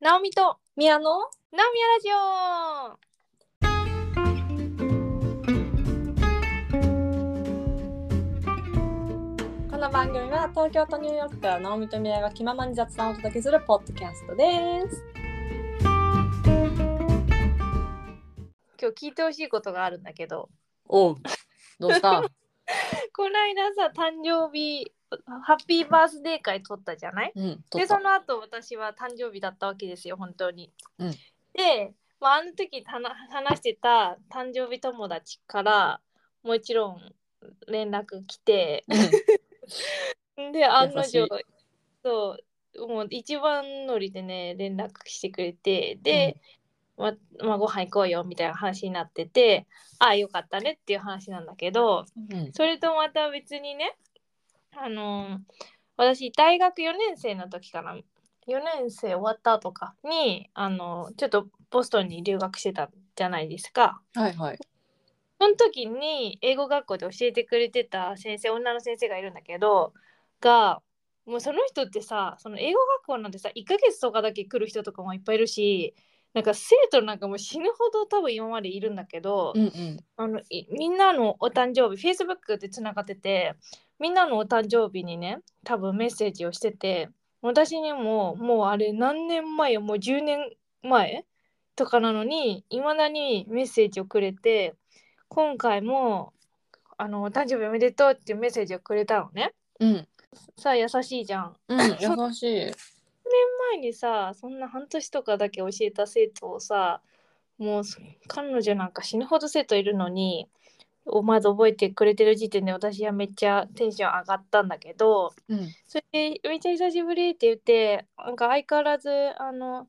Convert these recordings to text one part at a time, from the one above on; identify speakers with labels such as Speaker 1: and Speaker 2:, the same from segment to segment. Speaker 1: ナオミと
Speaker 2: 宮野
Speaker 1: ナオミアラジ
Speaker 2: この番組は東京とニューヨークからナオミとミヤが気ままに雑談をお届けするポッドキャストです。
Speaker 1: オ今日聞いてほしいことがあるんだけど
Speaker 2: おう、どうした
Speaker 1: この間さ誕生日ハッピーバースデー会撮ったじゃない
Speaker 2: うん、と
Speaker 1: でその後私は誕生日だったわけですよ本当に。
Speaker 2: うん
Speaker 1: で、まあ、あの時たな話してた誕生日友達からもちろん連絡来てで案の定
Speaker 2: 優し
Speaker 1: そうもう一番乗りでね連絡してくれてで、ままあ、ご飯行こうよみたいな話になっててああよかったねっていう話なんだけど
Speaker 2: うん、
Speaker 1: それとまた別にねあのー私大学4年生の時かな4年生終わった後かにあのーちょっとボストンに留学してたじゃないですか。
Speaker 2: はいはい。
Speaker 1: その時に英語学校で教えてくれてた先生女の先生がいるんだけどがもうその人ってさその英語学校なんてさ1ヶ月とかだけ来る人とかもいっぱいいるしなんか生徒なんかもう死ぬほど多分今までいるんだけど、
Speaker 2: うんうん。
Speaker 1: あのいみんなのお誕生日 Facebook でつながっててみんなのお誕生日にね多分メッセージをしてて私にももうあれ何年前よもう10年前とかなのにいまだにメッセージをくれて今回もあの「お誕生日おめでとう」っていうメッセージをくれたのね
Speaker 2: うん、
Speaker 1: さあ優しいじゃん
Speaker 2: うん、優しい。
Speaker 1: 前にさそんな半年とかだけ教えた生徒をさもうそ彼女なんか死ぬほど生徒いるのにおまず覚えてくれてる時点で私はめっちゃテンション上がったんだけど
Speaker 2: うん、
Speaker 1: それで「めっちゃ久しぶり」って言ってなんか相変わらずあの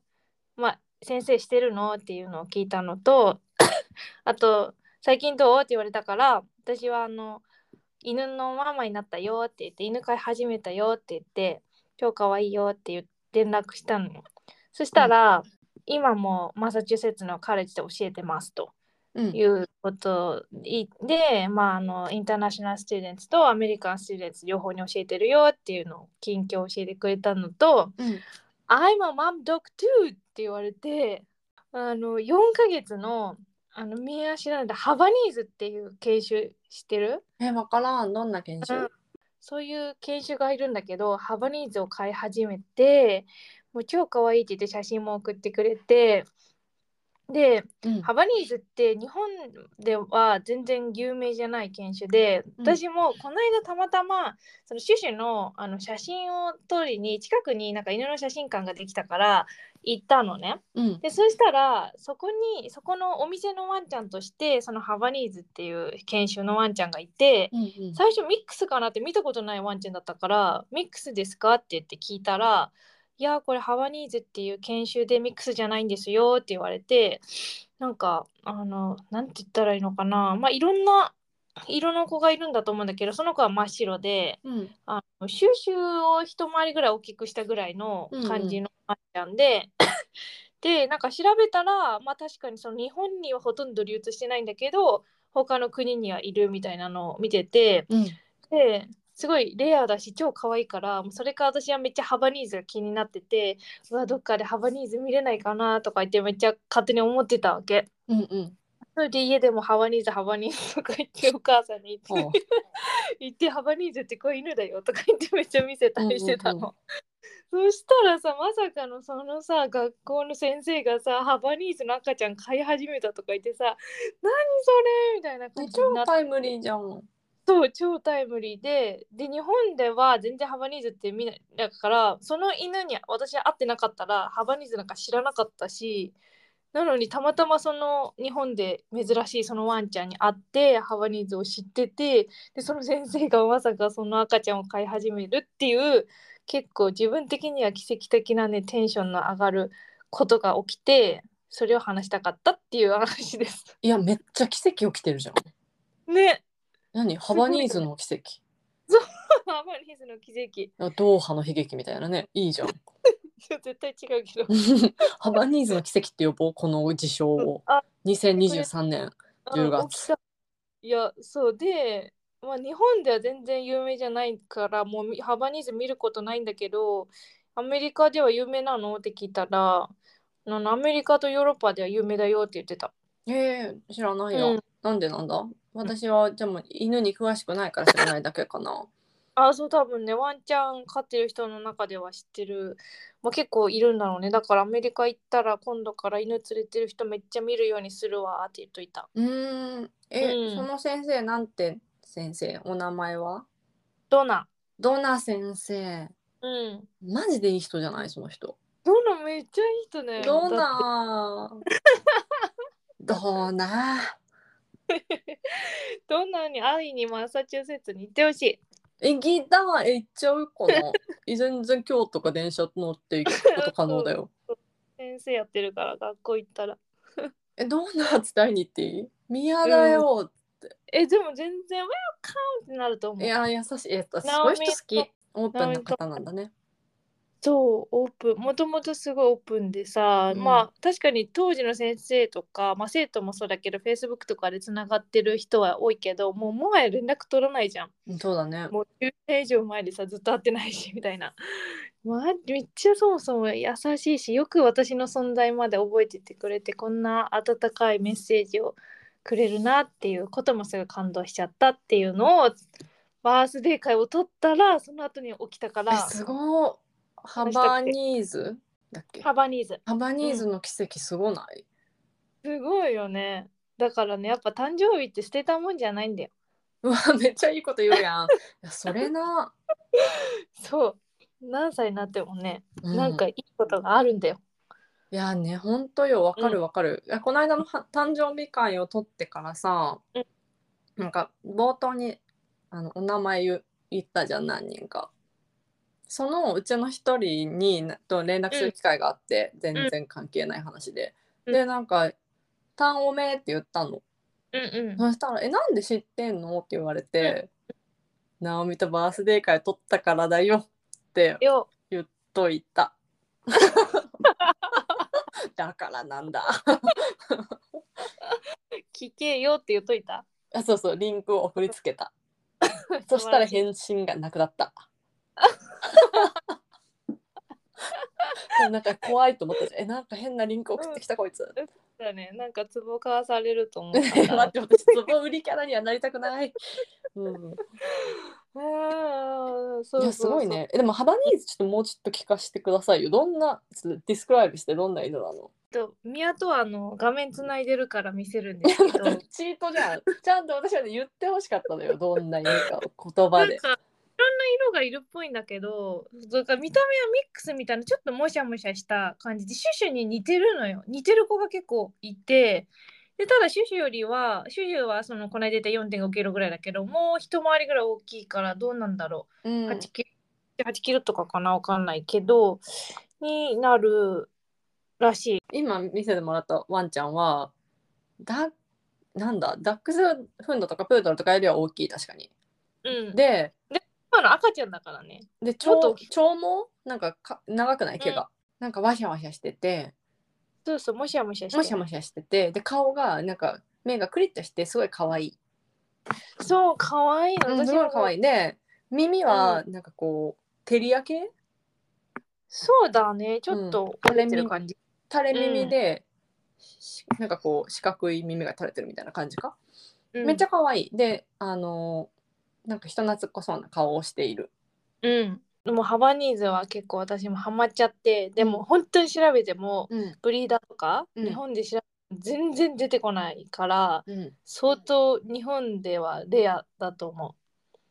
Speaker 1: まあ先生してるのっていうのを聞いたのと あと「最近どう?」って言われたから私はあの犬のママになったよって言って犬飼い始めたよって言って超可愛いよって言って連絡したのよそしたら、今もマサチューセッツのカレッジで教えてますと
Speaker 2: うん
Speaker 1: い、うこといで、まあ、あのインターナショナル・スチューデンツとアメリカン・スチューデンツ両方に教えてるよっていうのを近況教えてくれたのと
Speaker 2: うん、
Speaker 1: 「I'm a mom dog too」って言われてあの4ヶ月のあの見合い知らないんだハバニーズっていう研修してる
Speaker 2: え、わからん、どんな研修。
Speaker 1: そういう研修がいるんだけどハバニーズを飼い始めてもう超可愛いって言って写真も送ってくれてで
Speaker 2: うん
Speaker 1: ハバニーズって日本では全然有名じゃない犬種で
Speaker 2: うん
Speaker 1: 私もこの間たまたまそのシュシュのあの写真を撮りに近くになんか犬の写真館ができたから行ったのね。
Speaker 2: うん、
Speaker 1: でそしたらそこにそこのお店のワンちゃんとしてそのハバニーズっていう犬種のワンちゃんがいて
Speaker 2: うん、うん、
Speaker 1: 最初ミックスかなって見たことないワンちゃんだったから「ミックスですか?」って言って聞いたら「いやこれハワニーズっていう研修でミックスじゃないんですよ」って言われてなんかあのなんて言ったらいいのかなまあいろんな色の子がいるんだと思うんだけどその子は真っ白で
Speaker 2: うん、
Speaker 1: あのシュシュを一回りぐらい大きくしたぐらいの感じのワンちゃんで、でなんか調べたらまあ確かにその日本にはほとんど流通してないんだけど他の国にはいるみたいなのを見てて
Speaker 2: うん、
Speaker 1: ですごいレアだし超可愛いからもうそれから私はめっちゃハバニーズが気になっててうわどっかでハバニーズ見れないかなとか言ってめっちゃ勝手に思ってたわけ。
Speaker 2: うん、うん、
Speaker 1: それで家でもハバニーズハバニーズとか言ってお母さんに言
Speaker 2: ほ
Speaker 1: って行ってハバニーズってこういう犬だよとか言ってめっちゃ見せたりしてたの。
Speaker 2: うんうん
Speaker 1: そしたらさまさかのそのさ学校の先生がさハバニーズの赤ちゃん飼い始めたとか言ってさ何それみたいな
Speaker 2: う
Speaker 1: 感じにな
Speaker 2: 超
Speaker 1: っ
Speaker 2: タイムリーじゃん。
Speaker 1: そう超タイムリーでで日本では全然ハバニーズって見ないだからその犬に私は会ってなかったらハバニーズなんか知らなかったしなのにたまたまその日本で珍しいそのワンちゃんに会ってハバニーズを知っててでその先生がまさかその赤ちゃんを飼い始めるっていう結構自分的には奇跡的なねテンションの上がることが起きてそれを話したかったっていう話です。
Speaker 2: いや、めっちゃ奇跡起きてるじゃん。
Speaker 1: ね
Speaker 2: 何、ハバニーズの奇跡。
Speaker 1: ハバニーズの奇跡い
Speaker 2: ドーハの悲劇みたいなね、いい じゃん。
Speaker 1: や絶対違うけど。
Speaker 2: ハバニーズの奇跡って呼ぼう、この事象を。
Speaker 1: あ
Speaker 2: 2023年。10月
Speaker 1: うん大きさいやそうで、まあ、日本では全然有名じゃないからもうみハバニーズ見ることないんだけどアメリカでは有名なのって聞いたら、あのアメリカとヨーロッパでは有名だよって言ってた。
Speaker 2: えー、知らないよ、
Speaker 1: うん
Speaker 2: なんでなんだ私はじゃあもう犬に詳しくないから知らないだけかな。
Speaker 1: あ、そう、多分ね、ワンちゃん飼ってる人の中では知ってる、まあ、結構いるんだろうね。だからアメリカ行ったら今度から犬連れてる人めっちゃ見るようにするわって言っといた。
Speaker 2: うーん。え、
Speaker 1: うん
Speaker 2: その先生なんて先生お名前は
Speaker 1: ドナ。
Speaker 2: ドナ先生。
Speaker 1: うん。
Speaker 2: マジでいい人じゃないその人。
Speaker 1: ドナめっちゃいい人ね。
Speaker 2: ド
Speaker 1: だって
Speaker 2: ナドナ
Speaker 1: ドナに会いにマサチューセッツに行ってほしい。
Speaker 2: え、ギターえ行っちゃうか なえ全然今日とか電車乗って行くこと可能だよ。
Speaker 1: 先生やってるから学校行ったら。
Speaker 2: え、ドナ伝えに行っていい宮だよ。
Speaker 1: え、でも全然、ウェルカムってなると思う
Speaker 2: い。や、優しい。えっと、
Speaker 1: ナ
Speaker 2: そ
Speaker 1: オ
Speaker 2: うい
Speaker 1: ミ
Speaker 2: う人好き。オープンな方なんだね。
Speaker 1: そう、オープン。もともとすごいオープンでさ、
Speaker 2: うん
Speaker 1: まあ確かに当時の先生とか、まあ生徒もそうだけど、Facebook とかでつながってる人は多いけど、もうもはや連絡取らないじゃん。
Speaker 2: そうだね。
Speaker 1: もう10年以上前でさ、ずっと会ってないし、みたいな。 まあ、めっちゃそもそも優しいし、よく私の存在まで覚えててくれて、こんな温かいメッセージをくれるなっていうこともすごい感動しちゃったっていうのを、バースデー会を取ったら、その後に起きたか
Speaker 2: え
Speaker 1: ら、
Speaker 2: すごい。ハバニーズだっけ
Speaker 1: ハバニーズ。
Speaker 2: ハバニーズの奇跡すごない、
Speaker 1: すごいよね。だからね、やっぱ誕生日って捨てたもんじゃないんだよ。
Speaker 2: うわめっちゃいいこと言 うやんいやそれな、
Speaker 1: そう。何歳になってもね、
Speaker 2: う
Speaker 1: なんかいいことがあるんだよ。
Speaker 2: いやねほんとよわか
Speaker 1: う
Speaker 2: るわかる、いやこの間のは誕生日会を取ってからさ、
Speaker 1: うん
Speaker 2: なんか冒頭にあのお名前言う言ったじゃん何人かそのうちの一人になと連絡する機会があって、全然関係ない話で、
Speaker 1: うん
Speaker 2: でなんか「タンおめ」って言ったの
Speaker 1: うんうん。
Speaker 2: そしたら「えなんで知ってんの?」って言われて「直美とバースデー会取ったからだよ」って
Speaker 1: よ
Speaker 2: 言っとい た。だからなんだ。
Speaker 1: 聞けよって言っといた。
Speaker 2: あそうそうリンクを送りつけた。 そした
Speaker 1: 素晴
Speaker 2: ら
Speaker 1: しい
Speaker 2: 返信がなくなった。なんか怖いと思ったじゃん。えなんか変なリンク送ってきたこいつ。
Speaker 1: だね、なんか壺買わされると思う
Speaker 2: 待
Speaker 1: か
Speaker 2: っ
Speaker 1: ら。
Speaker 2: て私ツボ売りキャラにはなりたくない。うん。
Speaker 1: うん、そう
Speaker 2: い
Speaker 1: そ
Speaker 2: や
Speaker 1: う
Speaker 2: す
Speaker 1: そう
Speaker 2: ごい。ね。えでもハバニーズちょっともうちょっと聞かせてくださいよ。どんなちょっとディスクライブしてどんな犬なの？
Speaker 1: と宮とはあの画面つないでるから見せるんですけ ど、なんか
Speaker 2: チートじゃん。ちゃんと私はね言ってほしかったのよ。どんな犬かを言葉
Speaker 1: い
Speaker 2: で。
Speaker 1: ろんな色がいるっぽいんだけど、だから見た目はミックスみたいなちょっともしゃもしゃした感じでシュシュに似てるのよ。似てる子が結構いて。でただシュシュよりはシュシュはそのこの間言った4 5キロぐらいだけどもう一回りぐらい大きいからどうなんだろう
Speaker 2: うん
Speaker 1: 8キロ8キロとかかなわかんないけどになるらしい
Speaker 2: 今見せてもらったワンちゃんはダなんだダックスフンドとかプードルとかよりは大きい確かに。
Speaker 1: うんで
Speaker 2: で
Speaker 1: 今の赤ちゃんだからね
Speaker 2: で
Speaker 1: ちょっと
Speaker 2: 長長毛なんかか長くない毛が、なんかワシャワシャしてて
Speaker 1: そうそうもしゃもしゃして
Speaker 2: もしゃもしゃしててで顔がなんか目がクリッとしてすごい可愛い。
Speaker 1: そうかわいいの
Speaker 2: うん、すごい可
Speaker 1: い
Speaker 2: 愛いで耳はなんかこう照り焼け
Speaker 1: そうだねちょっと
Speaker 2: うん
Speaker 1: 折れてる感じ、
Speaker 2: 垂れ耳で、しなんかこう四角い耳が垂れてるみたいな感じか、
Speaker 1: うん
Speaker 2: めっちゃ可愛いであのーなんか人懐っこそうな顔をしている
Speaker 1: うんでもハバニーズは結構私もハマっちゃってでも本当に調べても
Speaker 2: うん
Speaker 1: ブリーダーとか、
Speaker 2: うん
Speaker 1: 日本で調べ全然出てこないから
Speaker 2: うん
Speaker 1: 相当日本ではレアだと思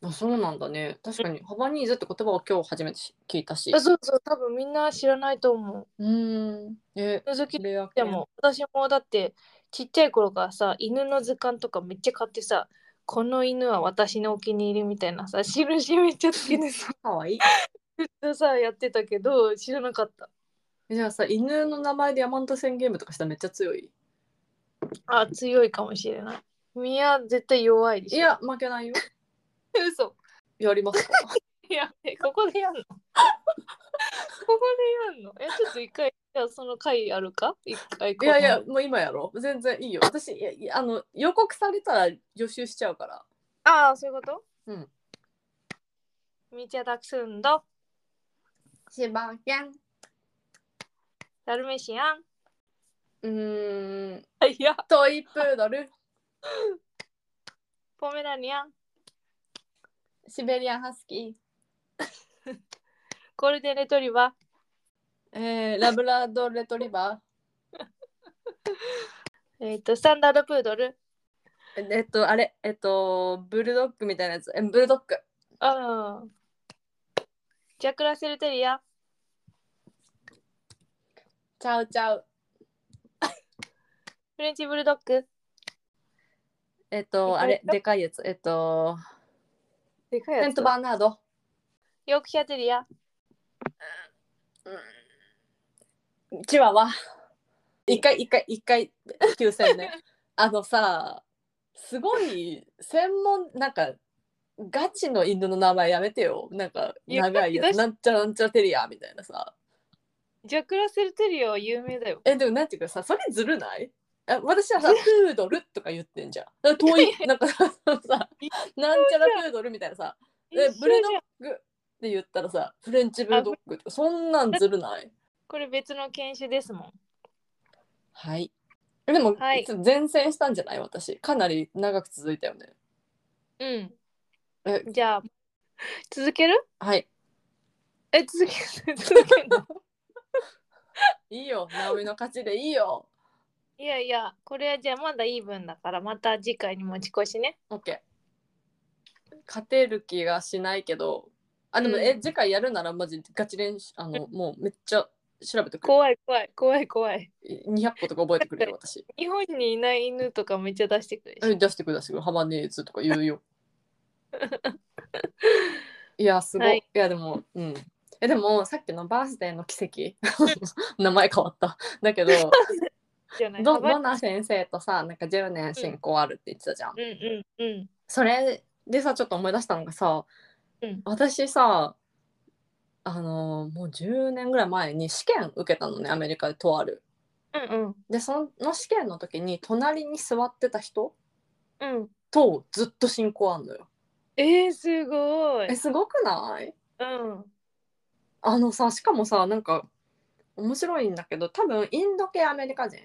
Speaker 1: う
Speaker 2: あそうなんだね確かにハバニーズって言葉を今日初めてし聞いたし
Speaker 1: あそうそう多分みんな知らないと思う
Speaker 2: うーんえ
Speaker 1: 鈴木
Speaker 2: レア
Speaker 1: で
Speaker 2: 系
Speaker 1: も私もだってちっちゃい頃からさ犬の図鑑とかめっちゃ買ってさこの犬は私のお気に入りみたいなさ印めっちゃつけてさ
Speaker 2: 可愛い
Speaker 1: ずっとさやってたけど知らなかった
Speaker 2: えじゃあさ犬の名前で山手線ゲームとかしたらめっちゃ強い
Speaker 1: あ強いかもしれないミヤ絶対弱いでしょ
Speaker 2: いや負けないよ
Speaker 1: 嘘
Speaker 2: やりますか
Speaker 1: いやえここでやんの ここでやんのえちょっと一回じゃあその回あるか一回
Speaker 2: いやいやもう今やろう全然いいよ私いやいやあの予告されたら予習しちゃうから
Speaker 1: ああそういうこと
Speaker 2: うん
Speaker 1: みちゃだくすんだ
Speaker 2: 千葉県。
Speaker 1: ダルメシアン。
Speaker 2: うーん。
Speaker 1: あいや、
Speaker 2: トイプードル。
Speaker 1: ポメラニアン。
Speaker 2: シベリアンハスキ
Speaker 1: ゴールデンレトリバー。
Speaker 2: ー。えー、ラブラドレトリバ
Speaker 1: えっ、と、スタンダードプードル。
Speaker 2: ー。えっと、あれ、えっと、ブルドッグみたいなやつ。えブルドッグ。
Speaker 1: ああ。ジャックラッセルテリア。
Speaker 2: ちゃうちゃう。
Speaker 1: フレンチブルドッグ。
Speaker 2: えっと、あれ、でかいやつ。えっと、
Speaker 1: でかい
Speaker 2: セントバーナード。
Speaker 1: ヨークシャテリア。
Speaker 2: チワワ。一回、一回、一回、九千ね。 あのさ、すごい専門、なんか、ガチの犬の名前やめてよ。なんか、
Speaker 1: いや
Speaker 2: 長い
Speaker 1: だ
Speaker 2: や
Speaker 1: し
Speaker 2: つ、なんちゃらなんちゃらテリアみたいなさ。
Speaker 1: ジャックラッセルテリアは有名だよ。
Speaker 2: え、でもなんていうかさ、それずるないあ私はさ、プードルとか言ってんじゃん。だから遠い、なんかさ、なんちゃらプードルみたいなさ、え
Speaker 1: 一緒じゃん
Speaker 2: ブルドッグって言ったらさ、フレンチブルドッグとか、そんなんずるない
Speaker 1: これ別の犬種ですもん。
Speaker 2: はい。でも、
Speaker 1: はい
Speaker 2: ちょっと前線したんじゃない私。かなり長く続いたよね。
Speaker 1: う
Speaker 2: え
Speaker 1: ん。じゃあ、続ける
Speaker 2: はい。
Speaker 1: え、続ける 続けるの
Speaker 2: いいよ。ナオミの勝ちでいいよ。
Speaker 1: いやいや、これはじゃあまだイーブンだから、また次回に持ち越しね。
Speaker 2: オッケー。勝てる気がしないけど。あ、でも、
Speaker 1: うん
Speaker 2: え、次回やるならマジガチ練習。あの、もうめっちゃ調べてくる。
Speaker 1: 怖い怖い怖い怖い。
Speaker 2: 200個とか覚えて くれる私。
Speaker 1: 日本にいない犬とかめっちゃ出してくるし。
Speaker 2: え出してください。ハマネーズとか言 うよ。いや、すごい。
Speaker 1: はい
Speaker 2: い、や、でも、うん。え、でも、さっきのバースデーの奇跡。 名前変わった。だけど、
Speaker 1: じゃない。
Speaker 2: ど
Speaker 1: 幅
Speaker 2: どんな先生とさなんか10年進行あるって言ってたじゃん、
Speaker 1: うんうんうん。
Speaker 2: それでさちょっと思い出したのがさ、
Speaker 1: うん
Speaker 2: 私さあのーもう10年ぐらい前に試験受けたのねアメリカでとある
Speaker 1: うん
Speaker 2: でその試験の時に隣に座ってた人
Speaker 1: うん。うん。
Speaker 2: とずっと進行あんのよ
Speaker 1: えー、すごい
Speaker 2: え。すごくない
Speaker 1: うん。
Speaker 2: あのさしかもさなんか面白いんだけど多分インド系アメリカ人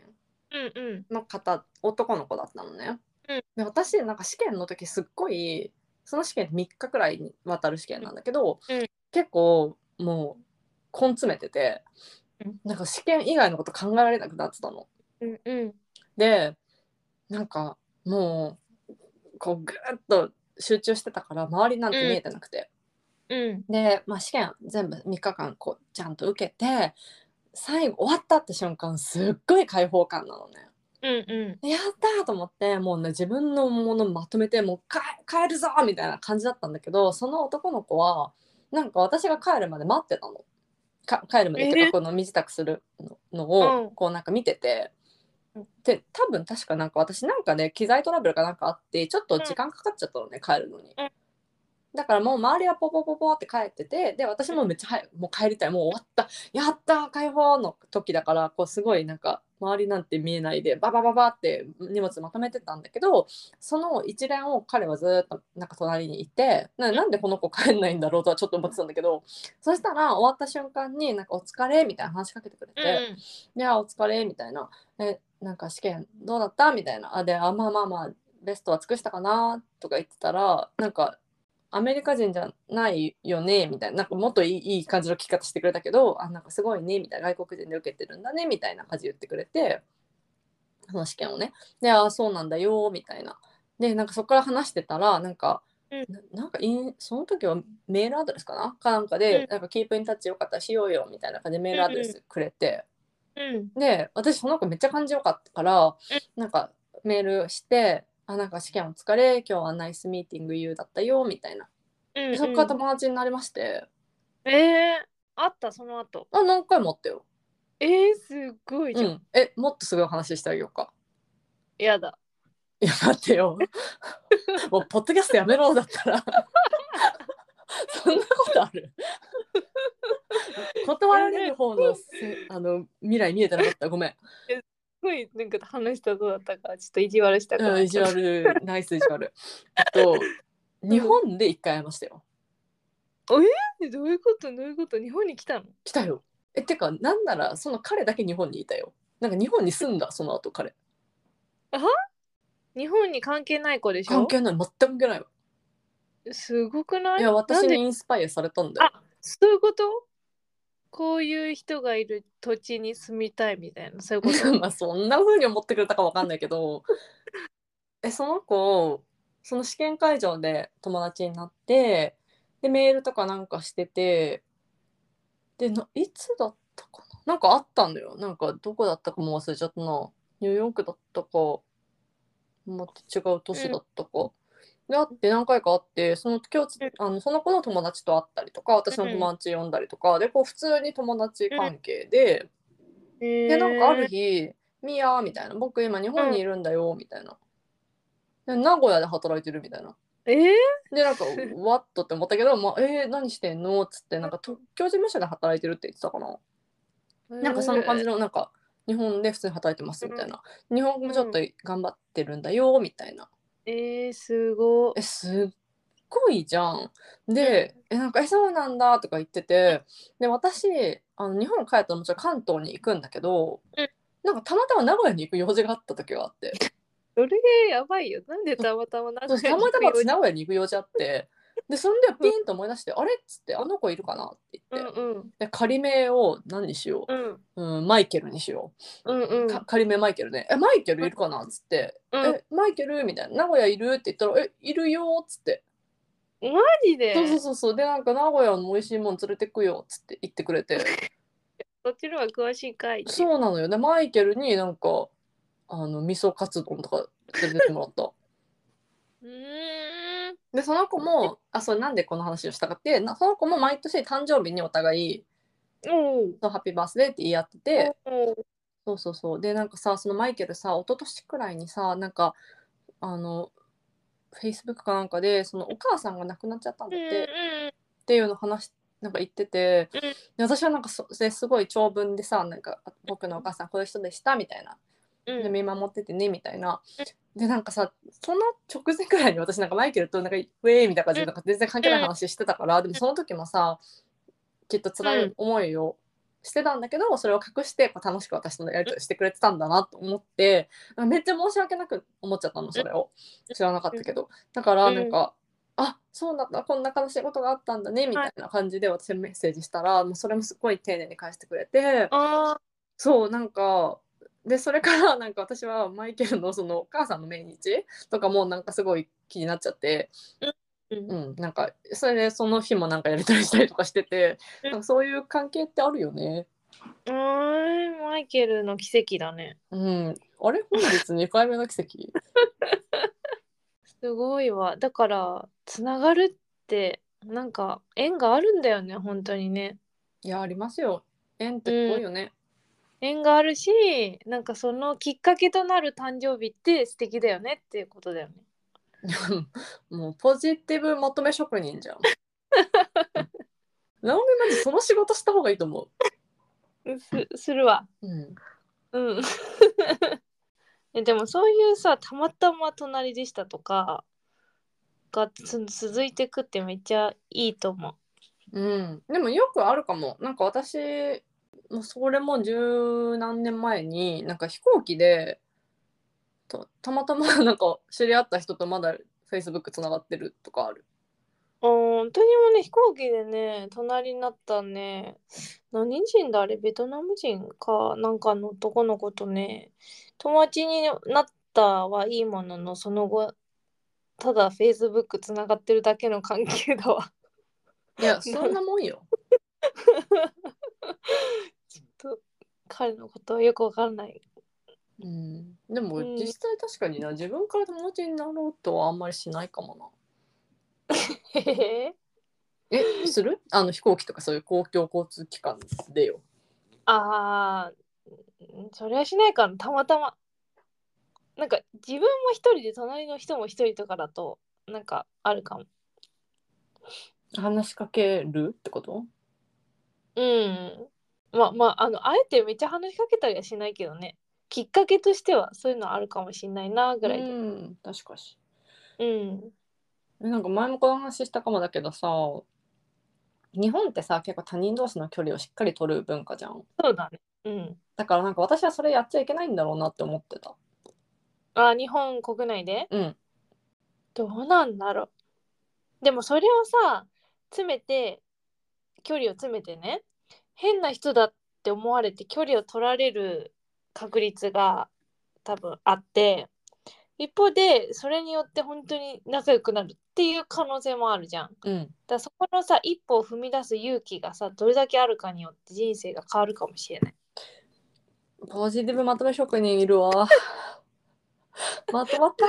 Speaker 1: うんうん。
Speaker 2: の方男の子だったのね、
Speaker 1: うん
Speaker 2: で私なんか試験の時すっごいその試験3日くらいにわたる試験なんだけど、
Speaker 1: うん
Speaker 2: 結構もう根詰めてて、
Speaker 1: うん
Speaker 2: なんか試験以外のこと考えられなくなってたの。
Speaker 1: うんうん。
Speaker 2: でなんかもうこうぐーっと集中してたから周りなんて見えてなくて、
Speaker 1: うん。
Speaker 2: で、まあ、試験全部3日間こうちゃんと受けて最後終わったって瞬間すっごい解放感なのね。
Speaker 1: うんう
Speaker 2: やったーと思ってもうね自分のものまとめてもう帰帰るぞーみたいな感じだったんだけどその男の子はなんか私が帰るまで待ってたの。か帰るまでっていう
Speaker 1: え
Speaker 2: かこの身支度するのの
Speaker 1: う
Speaker 2: を
Speaker 1: ん
Speaker 2: こうなんか見てて
Speaker 1: うん。
Speaker 2: で多分確かなんか私なんかね機材トラブルかなんかあってちょっと時間かかっちゃったのね帰るのに
Speaker 1: うん。
Speaker 2: だからもう周りはポポポポって帰っててで私もめっちゃ早いもう帰りたいもう終わったやったー解放の時だからこうすごいなんか周りなんて見えないでババババって荷物まとめてたんだけどその一連を彼はずーっとなんか隣にいてななんでこの子帰んないんだろうとはちょっと思ってたんだけどそしたら終わった瞬間になんか「お疲れ」みたいな話しかけてくれて「
Speaker 1: ん。
Speaker 2: いやお疲れ」みたいな「えなんか試験どうだった?」みたいな「あであまあまあまあベストは尽くしたかな」とか言ってたらなんか「アメリカ人じゃないよね」みたいななんかもっといいいい感じの聞き方してくれたけど「あなんかすごいね」みたいな「外国人で受けてるんだね」みたいな感じで言ってくれてその試験をね「でああそうなんだよ」みたいな。でなんかそこから話してたらなんか、
Speaker 1: うん
Speaker 2: ななんかインその時はメールアドレスかなかなんかで、
Speaker 1: うん
Speaker 2: なんかキープインタッチよかったらしようよみたいな感じでメールアドレスくれて、
Speaker 1: うん
Speaker 2: で私その子めっちゃ感じよかったから、なんかメールして「あなんか試験お疲れ今日はナイスミーティング U だったよ」みたいな、
Speaker 1: うん
Speaker 2: で
Speaker 1: うん。
Speaker 2: そっから友達になりまして
Speaker 1: えー、あったその後。
Speaker 2: あ何回もあったよ、
Speaker 1: えー、すごいじ
Speaker 2: う
Speaker 1: ゃん。
Speaker 2: ん、えもっとすごい話してあげようか
Speaker 1: やだ。
Speaker 2: いや待ってよ もうポッドキャストやめろだったら そんなことある断られる方のせあの未来見えてなかったごめん
Speaker 1: すごいなんか話したそうだったからちょっと意地悪したから、
Speaker 2: うん、意地悪、ナイス意地悪。あと、日本で一回会いましたよ。
Speaker 1: えどういうことどういうこと日本に来たの
Speaker 2: 来たよえてかなんならその彼だけ日本にいたよなんか日本に住んだその後彼
Speaker 1: 日本に関係ない子でし
Speaker 2: 関
Speaker 1: ょ
Speaker 2: 係ない全く関係ないわ
Speaker 1: すごくない
Speaker 2: いや私
Speaker 1: なん
Speaker 2: に
Speaker 1: で
Speaker 2: インスパイアされたんだよ
Speaker 1: そういうことこういう人がいる土地に住みたいみたいなそういうこ
Speaker 2: まあそんな風に思ってくれたかわかんないけ どえその子その試験会場で友達になってでメールとかなんかしててでないつだったかななんかあったんだよなんかどこだったかもう忘れちゃったなニューヨークだったかまた違う都市だったか、で会って何回か会ってその今日つあのその子の友達と会ったりとか私の友達呼んだりとか、でこう普通に友達関係で。
Speaker 1: と
Speaker 2: で
Speaker 1: で
Speaker 2: なんかある日「ミヤ」みたいな「僕今日本にいるんだよ」みたいな、で名古屋で働いてるみたいな
Speaker 1: えー
Speaker 2: で なんか「わっと」って思ったけど「まあ、えー、何してんの?」っつってなんか特許事務所で働いてるって言ってたかな、なんかそんな感じのなんか日本で普通に働いてますみたいな、日本語もちょっと頑張ってるんだよみたいな
Speaker 1: えー、すご
Speaker 2: えすっごいじゃんで「えなんかえそうなんだ」とか言っててで私あの日本帰ったらもちろん関東に行くんだけど、
Speaker 1: うん
Speaker 2: なんかたまたま名古屋に行く用事があった時があって
Speaker 1: それやばいよなんでたまたまなん
Speaker 2: そう
Speaker 1: か
Speaker 2: たまたま私名古屋に行く用事あってでそんでピンと思い出して「あれ?」っつって「あの子いるかな?」って
Speaker 1: う
Speaker 2: 言
Speaker 1: ん
Speaker 2: って、
Speaker 1: うん
Speaker 2: で仮名を何にしよ
Speaker 1: うん
Speaker 2: う、うん、マイケルにしよ
Speaker 1: うん
Speaker 2: う、
Speaker 1: うん
Speaker 2: か仮名マイケルね「えマイケルいるかな?」っつって「
Speaker 1: うん
Speaker 2: えマイケル?」みたいな「名古屋いる?」って言ったら「えいるよ」っつって
Speaker 1: マジで
Speaker 2: そうそうそうそうでなんか名古屋の美味しいもん連れてくよっつって言ってくれ て
Speaker 1: そっちの方が詳しいかいって
Speaker 2: そうなのよでマイケルになんかあの味噌カツ丼とか連れてってもらった
Speaker 1: うーん
Speaker 2: でその子 もあそうなんでこの話をしたかってなその子も毎年誕生日にお互い
Speaker 1: おう
Speaker 2: そうハッピーバースデーって言い合ってて
Speaker 1: おう
Speaker 2: そうそうそうでなんかさそのマイケルさ一昨年くらいにさなんかあのフェイスブックかなんかでそのお母さんが亡くなっちゃったんだ
Speaker 1: う
Speaker 2: っ
Speaker 1: ん
Speaker 2: て、っていうの話なんか言ってて、
Speaker 1: うん
Speaker 2: で私はなんかそですごい長文でさなんかあ僕のお母さんこういう人でしたみたいな、
Speaker 1: うん
Speaker 2: で見守っててねみたいな、でなんかさその直前くらいに私なんかマイケルとなんかウェイみたいな感じでなんか全然関係ない話してたから、でもその時もさきっと辛い思いをしてたんだけど、それを隠してこう楽しく私とのやり取りしてくれてたんだなと思ってなんかめっちゃ申し訳なく思っちゃったのそれを知らなかったけどだからなんか、あそうなんだこんな悲しいことがあったんだねみたいな感じで私メッセージしたら、もうそれもすごい丁寧に返してくれて
Speaker 1: あ
Speaker 2: そうなんかでそれからなんか私はマイケルのそのお母さんの命日とかもなんかすごい気になっちゃって、
Speaker 1: ーうん
Speaker 2: うん、なんかそれでその日もなんかやり取りしたりとかしてて
Speaker 1: うん
Speaker 2: なんかそういう関係ってあるよね。
Speaker 1: うーんマイケルの奇跡だね
Speaker 2: うん、あれ本日2回目の奇跡
Speaker 1: すごいわだからつながるってなんか縁があるんだよね本当にね
Speaker 2: いやありますよ縁ってすごいよね、
Speaker 1: 縁があるしなんかそのきっかけとなる誕生日って素敵だよねっていうことだよね
Speaker 2: もうポジティブまとめ職人じゃん直美マジその仕事した方がいいと思
Speaker 1: うすするわ
Speaker 2: う、うん、
Speaker 1: うん えでもそういうさたまたま隣でしたとかがつ続いてくってめっちゃいいと思う。
Speaker 2: うん、でもよくあるかもなんか私もうそれも十何年前になんか飛行機でとたまたま なんか知り合った人とまだ Facebook つながってるとかある
Speaker 1: あー本当にもね飛行機でね隣になったね何人だあれベトナム人かなんかの男の子とね友達になったはいいもののその後ただ Facebook つながってるだけの関係だわ。
Speaker 2: い やそんなもんよ
Speaker 1: ちょっと彼のことはよくわからない。
Speaker 2: うん、でも
Speaker 1: うん
Speaker 2: 実際確かにな自分から友達になろうとはあんまりしないかも
Speaker 1: へへへ。
Speaker 2: な えするあの飛行機とかそういう公共交通機関でよ
Speaker 1: ああ、うんそれはしないかな、たまたま。なんか、自分も一人で、隣の人も一人とかだと、なんか、あるかも。
Speaker 2: 話しかけるってこと
Speaker 1: うん。まあ、まあ、あの、あえてめっちゃ話しかけたりはしないけどね。きっかけとしては、そういうのあるかもしんないな、ぐらいで。
Speaker 2: うん確かし
Speaker 1: うん。
Speaker 2: えなんか前もこの話したかもだけどさ日本ってさ結構他人同士の距離をしっかり取る文化じゃん
Speaker 1: そうだね。うん。
Speaker 2: だからなんか私はそれやっちゃいけないんだろうなって思ってた
Speaker 1: あ、日本国内で
Speaker 2: うん
Speaker 1: どうなんだろう。でもそれをさ、詰めて、距離を詰めてね、変な人だって思われて距離を取られる確率が多分あって、一方で、それによって本当に仲良くなるっていう可能性もあるじゃん。
Speaker 2: うん
Speaker 1: だからそこのさ一歩を踏み出す勇気がさどれだけあるかによって人生が変わるかもしれない。
Speaker 2: ポジティブまとめ職人いるわ まとまった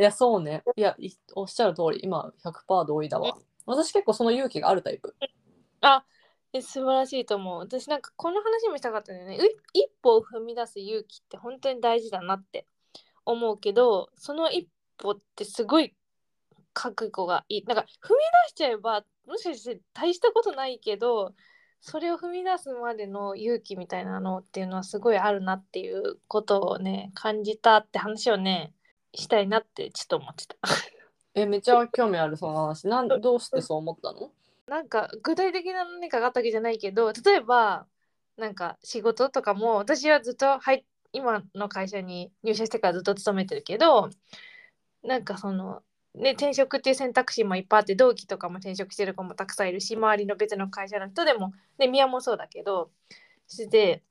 Speaker 2: いやそうねいやいおっしゃる通り今100%同意だわ私結構その勇気があるタイプ
Speaker 1: え素晴らしいと思う。私なんかこの話もしたかったんだよね。う一歩を踏み出す勇気って本当に大事だなって思うけどその一歩ってすごい覚悟がいい。なんか踏み出しちゃえばもしかして大したことないけどそれを踏み出すまでの勇気みたいなのっていうのはすごいあるなっていうことをね感じたって話をねしたいなってちょっと思ってた。
Speaker 2: えめっちゃ興味あるその話なんどうしてそう思ったの
Speaker 1: なんか具体的な何かがあったわけじゃないけど例えばなんか仕事とかも私はずっと、はい、今の会社に入社してからずっと勤めてるけどなんかその、ね、転職っていう選択肢もいっぱいあって同期とかも転職してる子もたくさんいるし周りの別の会社の人でも、ね、宮もそうだけどして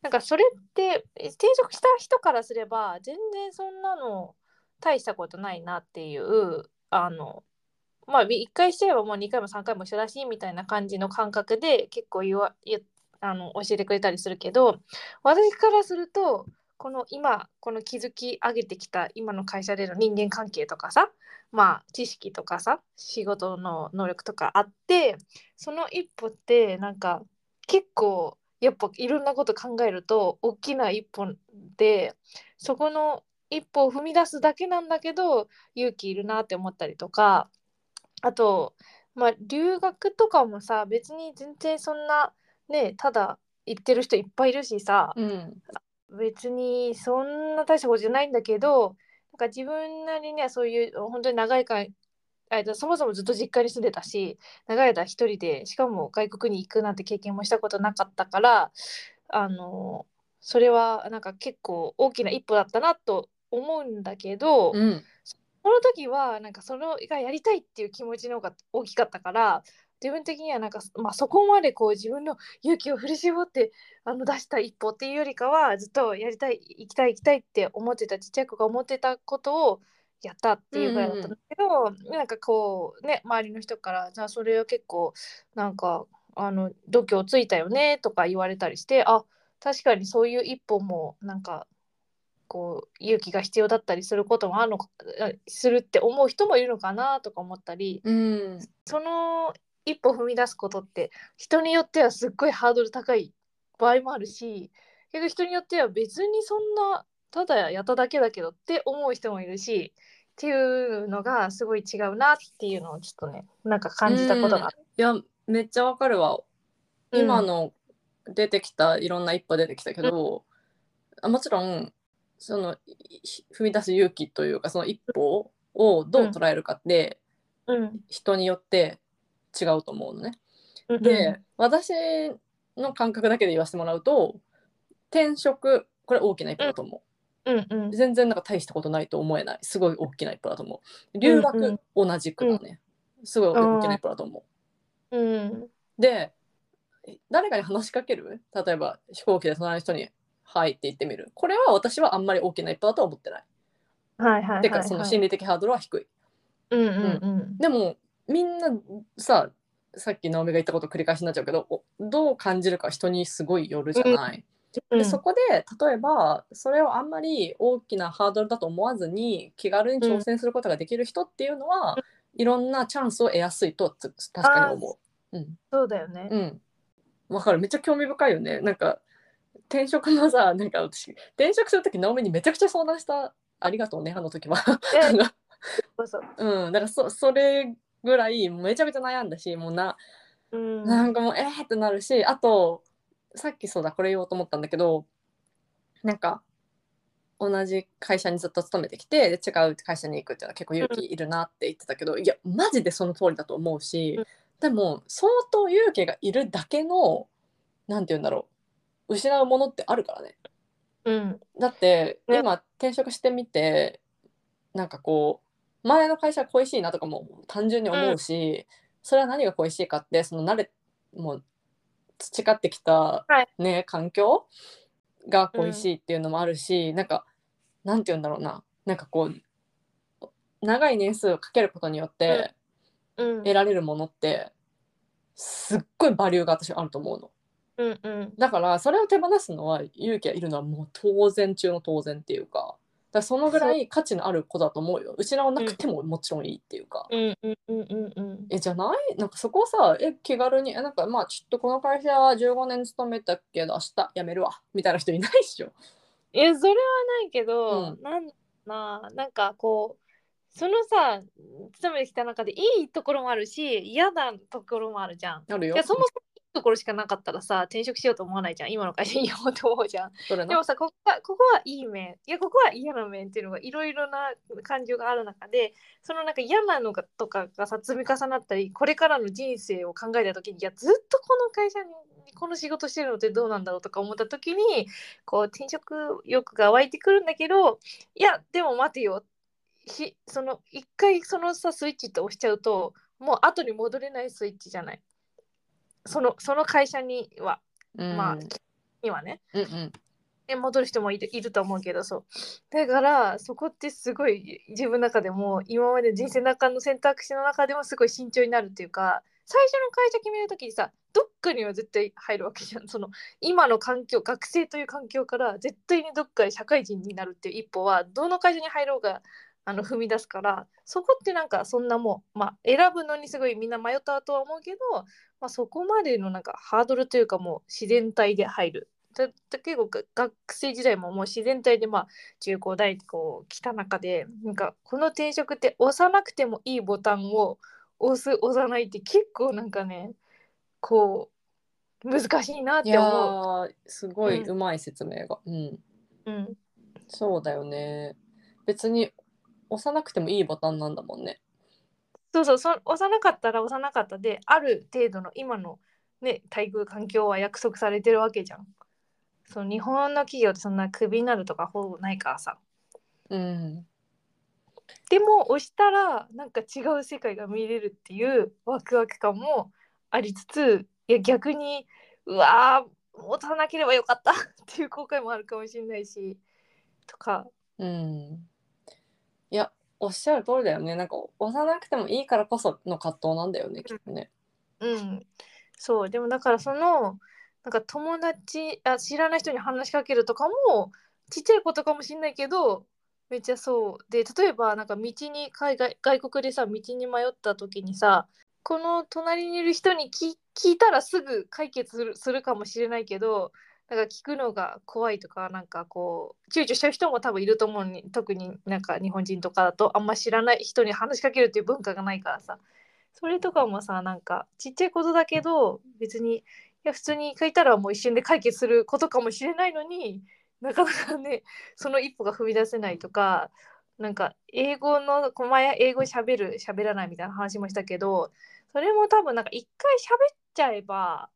Speaker 1: なんかそれってえ転職した人からすれば全然そんなの大したことないなっていうあのまあ1回しちゃえばもう2回も3回も一緒だしみたいな感じの感覚で結構言わ言あの教えてくれたりするけど私からするとこの今この築き上げてきた今の会社での人間関係とかさまあ知識とかさ仕事の能力とかあってその一歩ってなんか結構やっぱいろんなこと考えると大きな一歩でそこの一歩を踏み出すだけなんだけど勇気いるなって思ったりとかあと、まあ、留学とかもさ別に全然そんなねただ行ってる人いっぱいいるしさ
Speaker 2: うん
Speaker 1: 別にそんな大したことじゃないんだけどなんか自分なりにはそういう本当に長い間えっとそもそもずっと実家に住んでたし長い間一人でしかも外国に行くなんて経験もしたことなかったからあのそれはなんか結構大きな一歩だったなと思うんだけど、
Speaker 2: うん
Speaker 1: その時はなんかそのがやりたいっていう気持ちの方が大きかったから自分的にはなんか、まあ、そこまでこう自分の勇気を振り絞ってあの出した一歩っていうよりかはずっとやりたい行きたい行きたいって思ってたちっちゃい子が思ってたことをやったっていうぐらいだったんだけど、なんかこうね周りの人からじゃあそれは結構なんかあの度胸ついたよねとか言われたりしてあ確かにそういう一歩もなんかこう勇気が必要だったりすることもあるのかあするって思う人もいるのかなとか思ったり
Speaker 2: うん
Speaker 1: その一歩踏み出すことって人によってはすっごいハードル高い場合もあるし結局人によっては別にそんなただやっただけだけどって思う人もいるしっていうのがすごい違うなっていうのをちょっとねなんか感じたことがあっ
Speaker 2: いやめっちゃわかるわ
Speaker 1: た。
Speaker 2: 今
Speaker 1: うん
Speaker 2: の出てきたいろんな一歩出てきたけど、あもちろんそのい踏み出す勇気というかその一歩をどう捉えるかって
Speaker 1: うん
Speaker 2: 人によって違うと思うのね。
Speaker 1: うん
Speaker 2: で、私の感覚だけで言わせてもらうと転職これ大きな一歩だと思う。
Speaker 1: うんうん
Speaker 2: 全然なんか大したことないと思えないすごい大きな一歩だと思う留学、
Speaker 1: うんうん
Speaker 2: 同じくだね、すごい大きな一歩だと思う、
Speaker 1: うん
Speaker 2: で誰かに話しかける例えば飛行機で隣の人に「はい」って言ってみるこれは私はあんまり大きな一歩だとは思ってない,、
Speaker 1: はいはいはいはい
Speaker 2: てかその心理的ハードルは低い
Speaker 1: うんうんうん
Speaker 2: でもみんなささっき直美が言ったこと繰り返しになっちゃうけどおどう感じるか人にすごいよるじゃない、
Speaker 1: うん
Speaker 2: でそこで例えばそれをあんまり大きなハードルだと思わずに気軽に挑戦することができる人っていうのは、いろんなチャンスを得やすいとつ確かに思う。うん
Speaker 1: そうだよね。
Speaker 2: うん、わかるめっちゃ興味深いよねなんか転職のさ なんか私転職する時直美にめちゃくちゃ相談した「ありがとうね」あの時は。
Speaker 1: えそうそう。
Speaker 2: うん、だからそそれぐらいめちゃくちゃ悩んだしもうな
Speaker 1: うん。
Speaker 2: なんかもうえーってなるしあとさっきそうだこれ言おうと思ったんだけどなんか同じ会社にずっと勤めてきてで違う会社に行くっていうのは結構勇気いるなって言ってたけど、いやマジでその通りだと思うし、でも相当勇気がいるだけのなんて言うんだろう失うものってあるからね
Speaker 1: うん
Speaker 2: だって
Speaker 1: ね
Speaker 2: 今転職してみてなんかこう前の会社恋しいなとかも単純に思うし、それは何が恋しいかってその慣れもう培ってきた
Speaker 1: は、
Speaker 2: ね環境が恋しいっていうのもあるし、なんかなんて言うんだろうななんかこう長い年数をかけることによって
Speaker 1: うん
Speaker 2: 得られるものってすっごいバリューが私はあると思うの。
Speaker 1: うんうん
Speaker 2: だからそれを手放すのは勇気がいるのはもう当然中の当然っていうかだからそのぐらい価値のある子だと思うよ失わなくてももちろんいいっていうか、
Speaker 1: うんうんうんうんうん
Speaker 2: えじゃないなんかそこをさえ気軽にえなんかまあちょっとこの会社は15年勤めたけど明日辞めるわみたいな人いないっ しょ
Speaker 1: いやそれはないけど、
Speaker 2: う
Speaker 1: なんだろうななんかこうそのさ勤めてきた中でいいところもあるし嫌なところもあるじゃん。
Speaker 2: なる
Speaker 1: い
Speaker 2: よ
Speaker 1: やそもそもいいところしかなかったらさ転職しようと思わないじゃん今の会社にいようと思うじゃん。
Speaker 2: それ
Speaker 1: で
Speaker 2: な
Speaker 1: もさここはここはいい面いやここは嫌な面っていうのがいろいろな感情がある中でそのなんか嫌なのがとかがさ積み重なったりこれからの人生を考えた時にいやずっとこの会社にこの仕事してるのってどうなんだろうとか思った時にこう転職欲が湧いてくるんだけどいやでも待てよひその一回そのさスイッチって押しちゃうともう後に戻れないスイッチじゃないそのその会社には
Speaker 2: うん
Speaker 1: まあ、にはね
Speaker 2: うんうん
Speaker 1: ね戻る人もいるいると思うけどそうだからそこってすごい自分の中でも今まで人生の中の選択肢の中でもすごい慎重になるっていうか最初の会社決める時にさどっかには絶対入るわけじゃんその今の環境学生という環境から絶対にどっかで社会人になるっていう一歩はどの会社に入ろうがあの踏み出すからそこってなんかそんなもう、まあ、選ぶのにすごいみんな迷ったとは思うけど、まあ、そこまでのなんかハードルというかもう自然体で入るだだ結構が学生時代ももう自然体でまあ中高大ってこう来た中でなんかこの転職って押さなくてもいいボタンを押す押さないって結構なんかねこう難しいなっ
Speaker 2: い
Speaker 1: て
Speaker 2: や
Speaker 1: 思う。
Speaker 2: ーすごいうまい説明がうん
Speaker 1: うん、
Speaker 2: そうだよね別に押さなくてもいいボタンなんだもんね
Speaker 1: そうそうそ幼かったら幼かったである程度の今の、ね、待遇環境は約束されてるわけじゃん。そう日本の企業ってそんなクビになるとかほぼないからさ。
Speaker 2: うん
Speaker 1: でも押したらなんか違う世界が見れるっていうワクワク感もありつついや逆にうわー持たなければよかったっていう後悔もあるかもしれないしとか
Speaker 2: うんいやおっしゃる通りだよねなんか押さなくてもいいからこその葛藤なんだよねきっとね。
Speaker 1: うんそうでもだからそのなんか友達あ知らない人に話しかけるとかもちっちゃいことかもしれないけどめっちゃそうで例えばなんか道に海外外国でさ道に迷った時にさこの隣にいる人に聞聞いたらすぐ解決するするかもしれないけどなんか聞くのが怖いとかなんかこう躊躇しちゃう人も多分いると思うのに特になんか日本人とかだとあんま知らない人に話しかけるっていう文化がないからさそれとかもさなんかちっちゃいことだけど別にいや普通に書いたらもう一瞬で解決することかもしれないのになかなかねその一歩が踏み出せないとかなんか英語のこまや英語喋る喋らないみたいな話もしたけどそれも多分なんか一回喋っちゃえば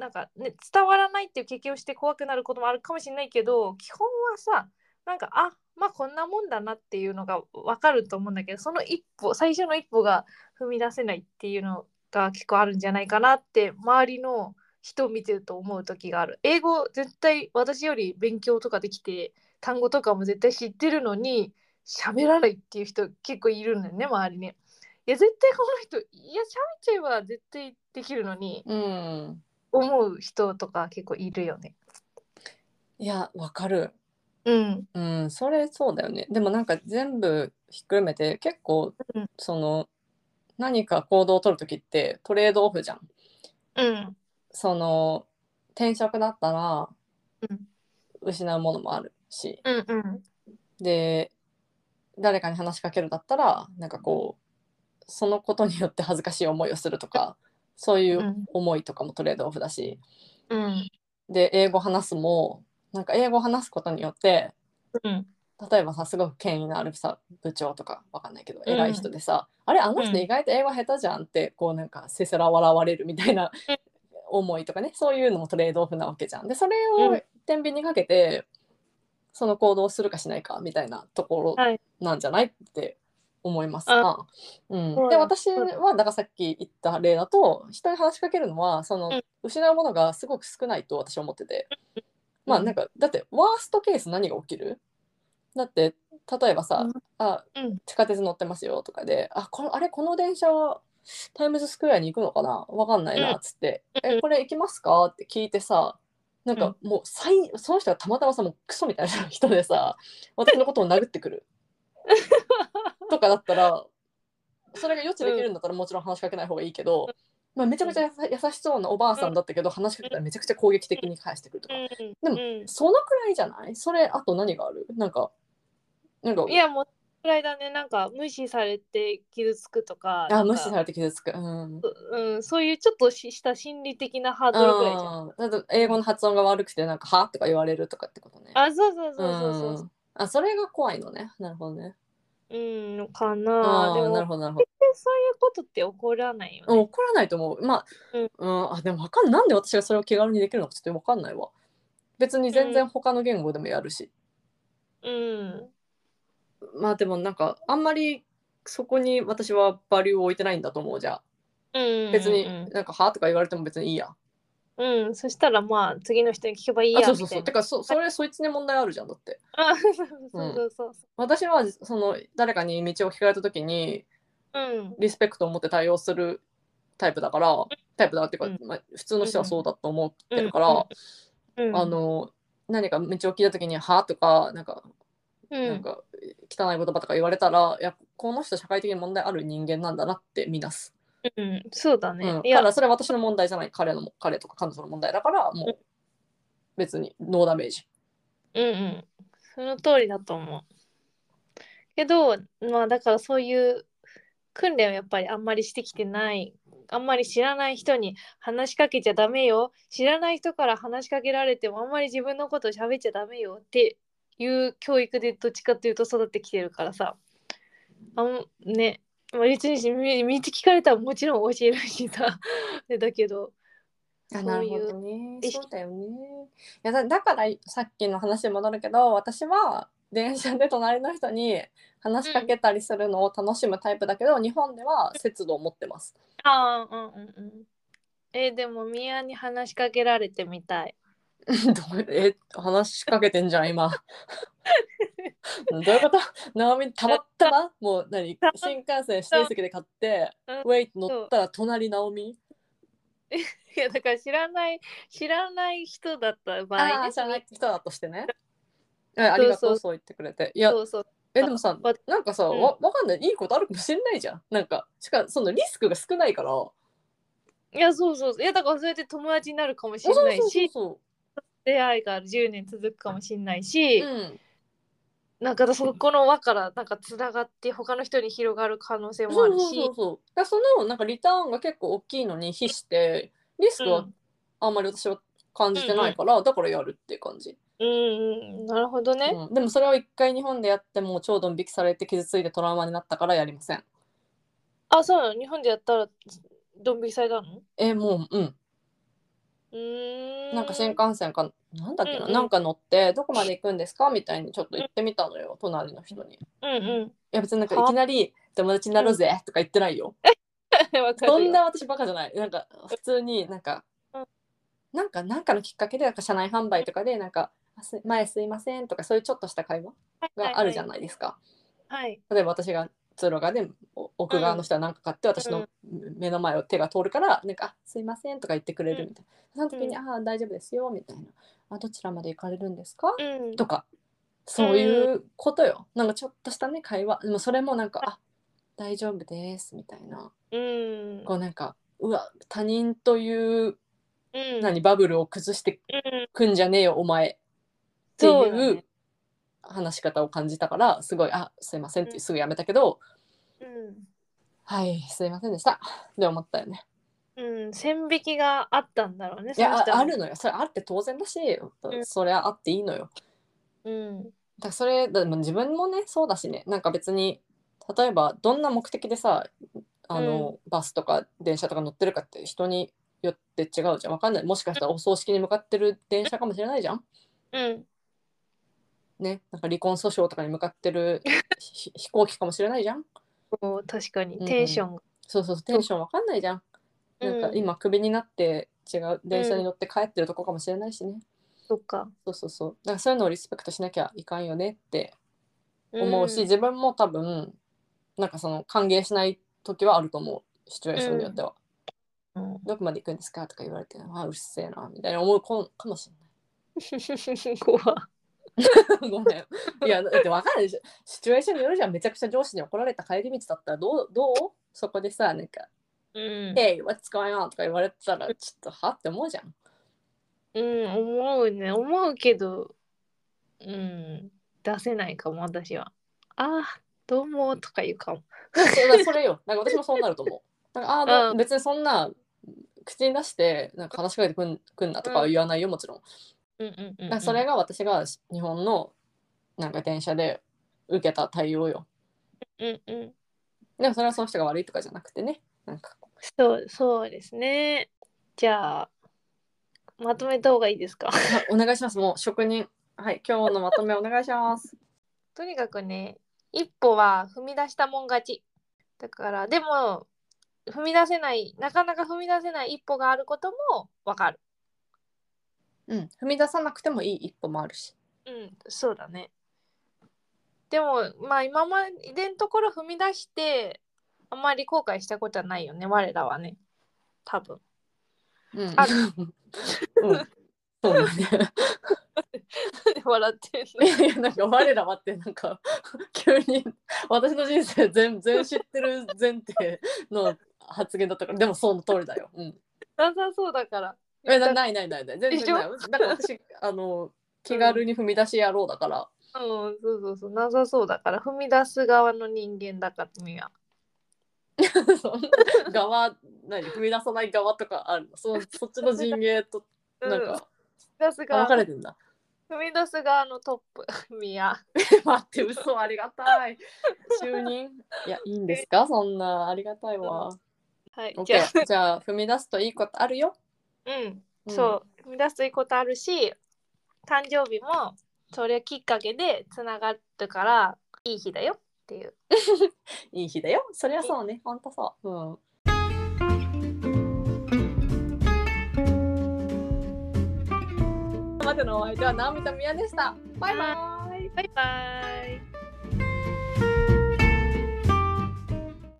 Speaker 1: なんか、ね、伝わらないっていう経験をして怖くなることもあるかもしれないけど基本はさなんかあまあこんなもんだなっていうのが分かると思うんだけどその一歩最初の一歩が踏み出せないっていうのが結構あるんじゃないかなって周りの人を見てると思う時がある英語絶対私より勉強とかできて単語とかも絶対知ってるのに喋らないっていう人結構いるんだよね周りねいや絶対この人いや喋っちゃえば絶対できるのに
Speaker 2: うん、
Speaker 1: 思う人とか結構いるよね
Speaker 2: いやわかる。
Speaker 1: うん
Speaker 2: うんそれそうだよね。でもなんか全部ひっくるめて結構
Speaker 1: うん
Speaker 2: その何か行動を取る時ってトレードオフじゃん。
Speaker 1: うん
Speaker 2: その転職だったら
Speaker 1: うん
Speaker 2: 失うものもあるし。
Speaker 1: うんうん
Speaker 2: で誰かに話しかけるだったらなんかこうそのことによって恥ずかしい思いをするとかそういう
Speaker 1: うん
Speaker 2: 思いとかもトレードオフだし
Speaker 1: うん
Speaker 2: で英語話すもなんか英語話すことによって
Speaker 1: うん
Speaker 2: 例えばさすごく権威のあるさ部長とかわかんないけど
Speaker 1: うん
Speaker 2: 偉い人でさ、あれあの
Speaker 1: うん
Speaker 2: 人意外と英語下手じゃんってこうなんかせせら笑われるみたいな
Speaker 1: うん
Speaker 2: 思いとかねそういうのもトレードオフなわけじゃん。でそれ
Speaker 1: う
Speaker 2: を
Speaker 1: ん
Speaker 2: 天秤にかけてその行動をするかしないかみたいなところ
Speaker 1: はい
Speaker 2: なんじゃないって思いますが
Speaker 1: あ、
Speaker 2: うん、
Speaker 1: そう
Speaker 2: で
Speaker 1: だ
Speaker 2: 私
Speaker 1: そう
Speaker 2: はだからさっき言った例だと人に話しかけるのはその、
Speaker 1: うん
Speaker 2: 失うものがすごく少ないと私は思ってて、まあなんかだってワーストケース何が起きるだって例えばさ、
Speaker 1: うん
Speaker 2: あ
Speaker 1: うん
Speaker 2: 地下鉄乗ってますよとかであこれあれこの電車はタイムズスクエアに行くのかなわかんないなっつって、
Speaker 1: うん
Speaker 2: えこれ行きますかって聞いてさなんかもう最その人がたまたまさもうクソみたいな人でさ私のことを殴っ てくるとかだったらそれが予知できるんだったらもちろん話しかけない方がいいけど、まあ、めちゃめちゃやさ優しそうなおばあさんだったけど話しかけたらめちゃくちゃ攻撃的に返してくるとか、
Speaker 1: うんうん
Speaker 2: そのくらいじゃないそれあと何があるなんかなんか
Speaker 1: いやもうそれくらいだねなんか無視されて傷つくとかな
Speaker 2: あ
Speaker 1: んか
Speaker 2: 無視されて傷つく、うん、
Speaker 1: うん、そういうちょっとしした心理的なハードルぐらいじゃん。
Speaker 2: うんだと英語の発音が悪くてなんか「は?」とか言われるとかってことね
Speaker 1: あ、そうそうそうそうそう
Speaker 2: うんあそれが怖いのねなるほどね
Speaker 1: うん、か
Speaker 2: あ
Speaker 1: な。
Speaker 2: あ
Speaker 1: で
Speaker 2: ー
Speaker 1: も、
Speaker 2: な
Speaker 1: 全
Speaker 2: るほどなるほど
Speaker 1: 然そういうことって起こらないよ
Speaker 2: うん
Speaker 1: ね。
Speaker 2: 怒らないと思うまあ,、う
Speaker 1: うんん
Speaker 2: あでもわかんなんで私がそれを気軽にできるのかちょっとわかんないわ別に全然他の言語でもやるし、
Speaker 1: うん。
Speaker 2: まあでもなんかあんまりそこに私はバリューを置いてないんだと思うじゃあ
Speaker 1: うん、
Speaker 2: 別に
Speaker 1: うん
Speaker 2: なんか「は?」とか言われても別にいいや
Speaker 1: うん、うんそしたらまあ次の人に聞けばいい
Speaker 2: あ
Speaker 1: や
Speaker 2: そう
Speaker 1: み
Speaker 2: そ
Speaker 1: たい
Speaker 2: うそうて
Speaker 1: な。
Speaker 2: かそそれそいつに問題あるじゃんだって
Speaker 1: あそうそうそうそうそう。
Speaker 2: 私はその誰かに道を聞かれた時に
Speaker 1: うん、
Speaker 2: リスペクトを持って対応するタイプだからタイプだっていうか、
Speaker 1: うん
Speaker 2: まあ、普通の人はそうだと思ってるから、
Speaker 1: うん、
Speaker 2: あの何か道を聞いた時に「は?」とかなんか
Speaker 1: う
Speaker 2: なん
Speaker 1: ん、
Speaker 2: か汚い言葉とか言われたら、いやこの人社会的に問題ある人間なんだなって見なす、
Speaker 1: うん、そうだね。
Speaker 2: うん、
Speaker 1: い
Speaker 2: た
Speaker 1: や、
Speaker 2: だそれは私の問題じゃない彼の彼とか彼女の問題だからもう別にノーダメージ
Speaker 1: うんうん、その通りだと思う。けど、まあだからそういう訓練をやっぱりあんまりしてきてない、あんまり知らない人に話しかけちゃダメよ、知らない人から話しかけられてもあんまり自分のこと喋っちゃダメよっていう教育でどっちかっていうと育ってきてるからさ、あんね、まあ、別にみ道聞かれたらもちろん教えるしさ、でだけど、
Speaker 2: あな
Speaker 1: そう
Speaker 2: る
Speaker 1: い
Speaker 2: ほ
Speaker 1: う
Speaker 2: どね
Speaker 1: 意識
Speaker 2: そうだよねいやだだからさっきの話に戻るけど私は電車で隣の人に話しかけたりするのを楽しむタイプだけど、日本では節度を持ってます
Speaker 1: ああ、うんうんうん。えーでも、ミヤに話しかけられてみたい。
Speaker 2: どうえ話しかけてんじゃん今どういうことナオミたまたまもう何
Speaker 1: たま
Speaker 2: 新幹線指定席で買って
Speaker 1: うん
Speaker 2: ウェイ乗ったら隣ナオミ
Speaker 1: いやだから知らない知らない人だった場合
Speaker 2: ああ
Speaker 1: ね
Speaker 2: 知らない人だとしてねえありがと
Speaker 1: そうう
Speaker 2: そう言ってくれていや
Speaker 1: そうそう
Speaker 2: えでもさ
Speaker 1: わ
Speaker 2: なんかさ、
Speaker 1: うん
Speaker 2: わわかんないいいことあるかもしれないじゃんなんかしかもそのリスクが少ないから
Speaker 1: いやそうそういやだからそれで友達になるかもし
Speaker 2: そう
Speaker 1: れ
Speaker 2: そ
Speaker 1: な
Speaker 2: う
Speaker 1: い
Speaker 2: そう
Speaker 1: し
Speaker 2: そ、
Speaker 1: 出会いが10年続くかもしれないうし、
Speaker 2: うん、
Speaker 1: なんかそこの輪からなんかつながって他の人に広がる可能性もあ
Speaker 2: そう
Speaker 1: る
Speaker 2: そうそ
Speaker 1: し
Speaker 2: うそうだからそのなんかリターンが結構大きいのに比してリスクはあんまり私は感じてないから、だからやるっていう感じ、
Speaker 1: うんうんうんなるほどね、
Speaker 2: うん、でもそれを一回日本でやってもう超ドン引きされて傷ついてトラウマになったからやりません
Speaker 1: あそうなの日本でやったらドン引きされたの
Speaker 2: えもううん
Speaker 1: うーん
Speaker 2: なんか新幹線かなんだっけな、
Speaker 1: うんうん
Speaker 2: なんか乗ってどこまで行くんですかみたいにちょっと言ってみたのよ隣の人に
Speaker 1: うん う
Speaker 2: いや別になんかい
Speaker 1: は
Speaker 2: きなり友達になろうぜとか言ってないよ。
Speaker 1: んわかるよ
Speaker 2: そんな私バカじゃない。なんか普通になんか
Speaker 1: うん、
Speaker 2: なんかなんかのきっかけでなんか社内販売とかでなんかあす前すいませんとかそういうちょっとした会話があるじゃないですか。
Speaker 1: はい
Speaker 2: 例えば私が通路側でお奥側の人は何か買って私の目の前を手が通るからなんかあ「すいません」とか言ってくれるみたいな。その時に「ああ大丈夫ですよ」みたいな「あどちらまで行かれるんですか?」
Speaker 1: はいはいうん
Speaker 2: とかそういうことよ、なんかちょっとしたね会話でもそれもなんか「あ大丈夫です」みたいな
Speaker 1: うん
Speaker 2: こうなんかうわ他人という
Speaker 1: うん
Speaker 2: 何バブルを崩して
Speaker 1: うん
Speaker 2: くんじゃねえよお前って
Speaker 1: そうだ
Speaker 2: いう
Speaker 1: ね
Speaker 2: 話し方を感じたからすごい「あすいません」ってすぐやめたけど
Speaker 1: うん
Speaker 2: 「はいすいませんでした」って思ったよね。
Speaker 1: うん、線引きがあったんだろうね。
Speaker 2: い
Speaker 1: そ
Speaker 2: や
Speaker 1: の人
Speaker 2: あ
Speaker 1: は
Speaker 2: あるのよそれあって当然だし
Speaker 1: ん
Speaker 2: それはあっていいのよ。
Speaker 1: うん。
Speaker 2: だそれだでも自分もねそうだしねなんか別に例えばどんな目的でさあの、バスとか電車とか乗ってるかって人によって違うじゃんわかんないもしかしたらお葬式に向かってる電車かもしれないじゃん
Speaker 1: うん
Speaker 2: ねなんか離婚訴訟とかに向かって るひ飛行機かもしれないじゃん
Speaker 1: もう確かに
Speaker 2: うん
Speaker 1: テンションが、
Speaker 2: そうそうそうテンションわかんないじゃんなんか
Speaker 1: うん
Speaker 2: 今クビになって違う電車に乗って帰ってるとこかもしれないしね、
Speaker 1: そっか
Speaker 2: そうそうそうだからそういうのをリスペクトしなきゃいかんよねって思うし、自分も多分なんかその歓迎しない時はあると思うシチュエーションによっては、
Speaker 1: うんうん
Speaker 2: どこまで行くんですかとか言われてあうるせえなみたいな思うこんかもしれ
Speaker 1: 怖
Speaker 2: ない ごめんいやだって分かるでしょシチュエーションによるじゃんめちゃくちゃ上司に怒られた帰り道だったらどうどうそこでさなんか
Speaker 1: うん、
Speaker 2: 「Hey what's going on?」とか言われたらちょっとはって思うじゃん
Speaker 1: うん、思うね思うけどうん出せないかも私はあどうもとか言うかも
Speaker 2: そうだそれよ。なんか私もそうなると思う。なんかあーだ
Speaker 1: うん
Speaker 2: 別にそんな口に出してなんか話しかけてくんくんなとかは言わないよもちろん。
Speaker 1: うんうんうん、
Speaker 2: だからそれが私がし日本のなんか電車で受けた対応よ。
Speaker 1: うんうん
Speaker 2: でもそれはその人が悪いとかじゃなくてね。なんか こ
Speaker 1: そうそうですねじゃあまとめた方がいいですか
Speaker 2: うあお願いします。もう職人。はい今日のまとめお願いし ます。
Speaker 1: とにかくね一歩は踏み出したもん勝ちだからでも踏み出せないなかなか踏み出せない一歩があることもわかる
Speaker 2: うん踏み出さなくてもいい一歩もあるし。
Speaker 1: うんそうだねでもまあ今までのところ踏み出してあんまり後悔したことはないよね我らはね多分
Speaker 2: うん。
Speaker 1: あ
Speaker 2: うんそうだね。
Speaker 1: 笑ってん
Speaker 2: いやいや なんか我らはってなんか急に私の人生全全知ってる前提の発言だったからでもその通りだよ。うん、
Speaker 1: のなさそうだから
Speaker 2: えなないないないない全然ない。だから私あの気軽に踏み出し野郎だから。
Speaker 1: うんそうそうそうなさそうだから踏み出す側の人間だから君は
Speaker 2: そんな側何踏み出さない側とかあるのそそっちの陣営と
Speaker 1: うん
Speaker 2: なん
Speaker 1: 踏
Speaker 2: か、
Speaker 1: み出す
Speaker 2: あ分か
Speaker 1: 側
Speaker 2: れてんだ。
Speaker 1: 踏み出す側のトップ 君は
Speaker 2: 待って嘘ありがたい。就任いやいいんですかそんなありがたいわ。
Speaker 1: はい
Speaker 2: OK
Speaker 1: じゃあ
Speaker 2: じゃあ踏み出すといいことあるよ。
Speaker 1: うん、
Speaker 2: うん
Speaker 1: そう踏み出すといいことあるし誕生日もそれきっかけでつながるからいい日だよっていう
Speaker 2: いい日だよ。そりゃそうね。ほんとそう。うん。ここまでのお相手は直美と宮でした。バイバイ。
Speaker 1: バイバイ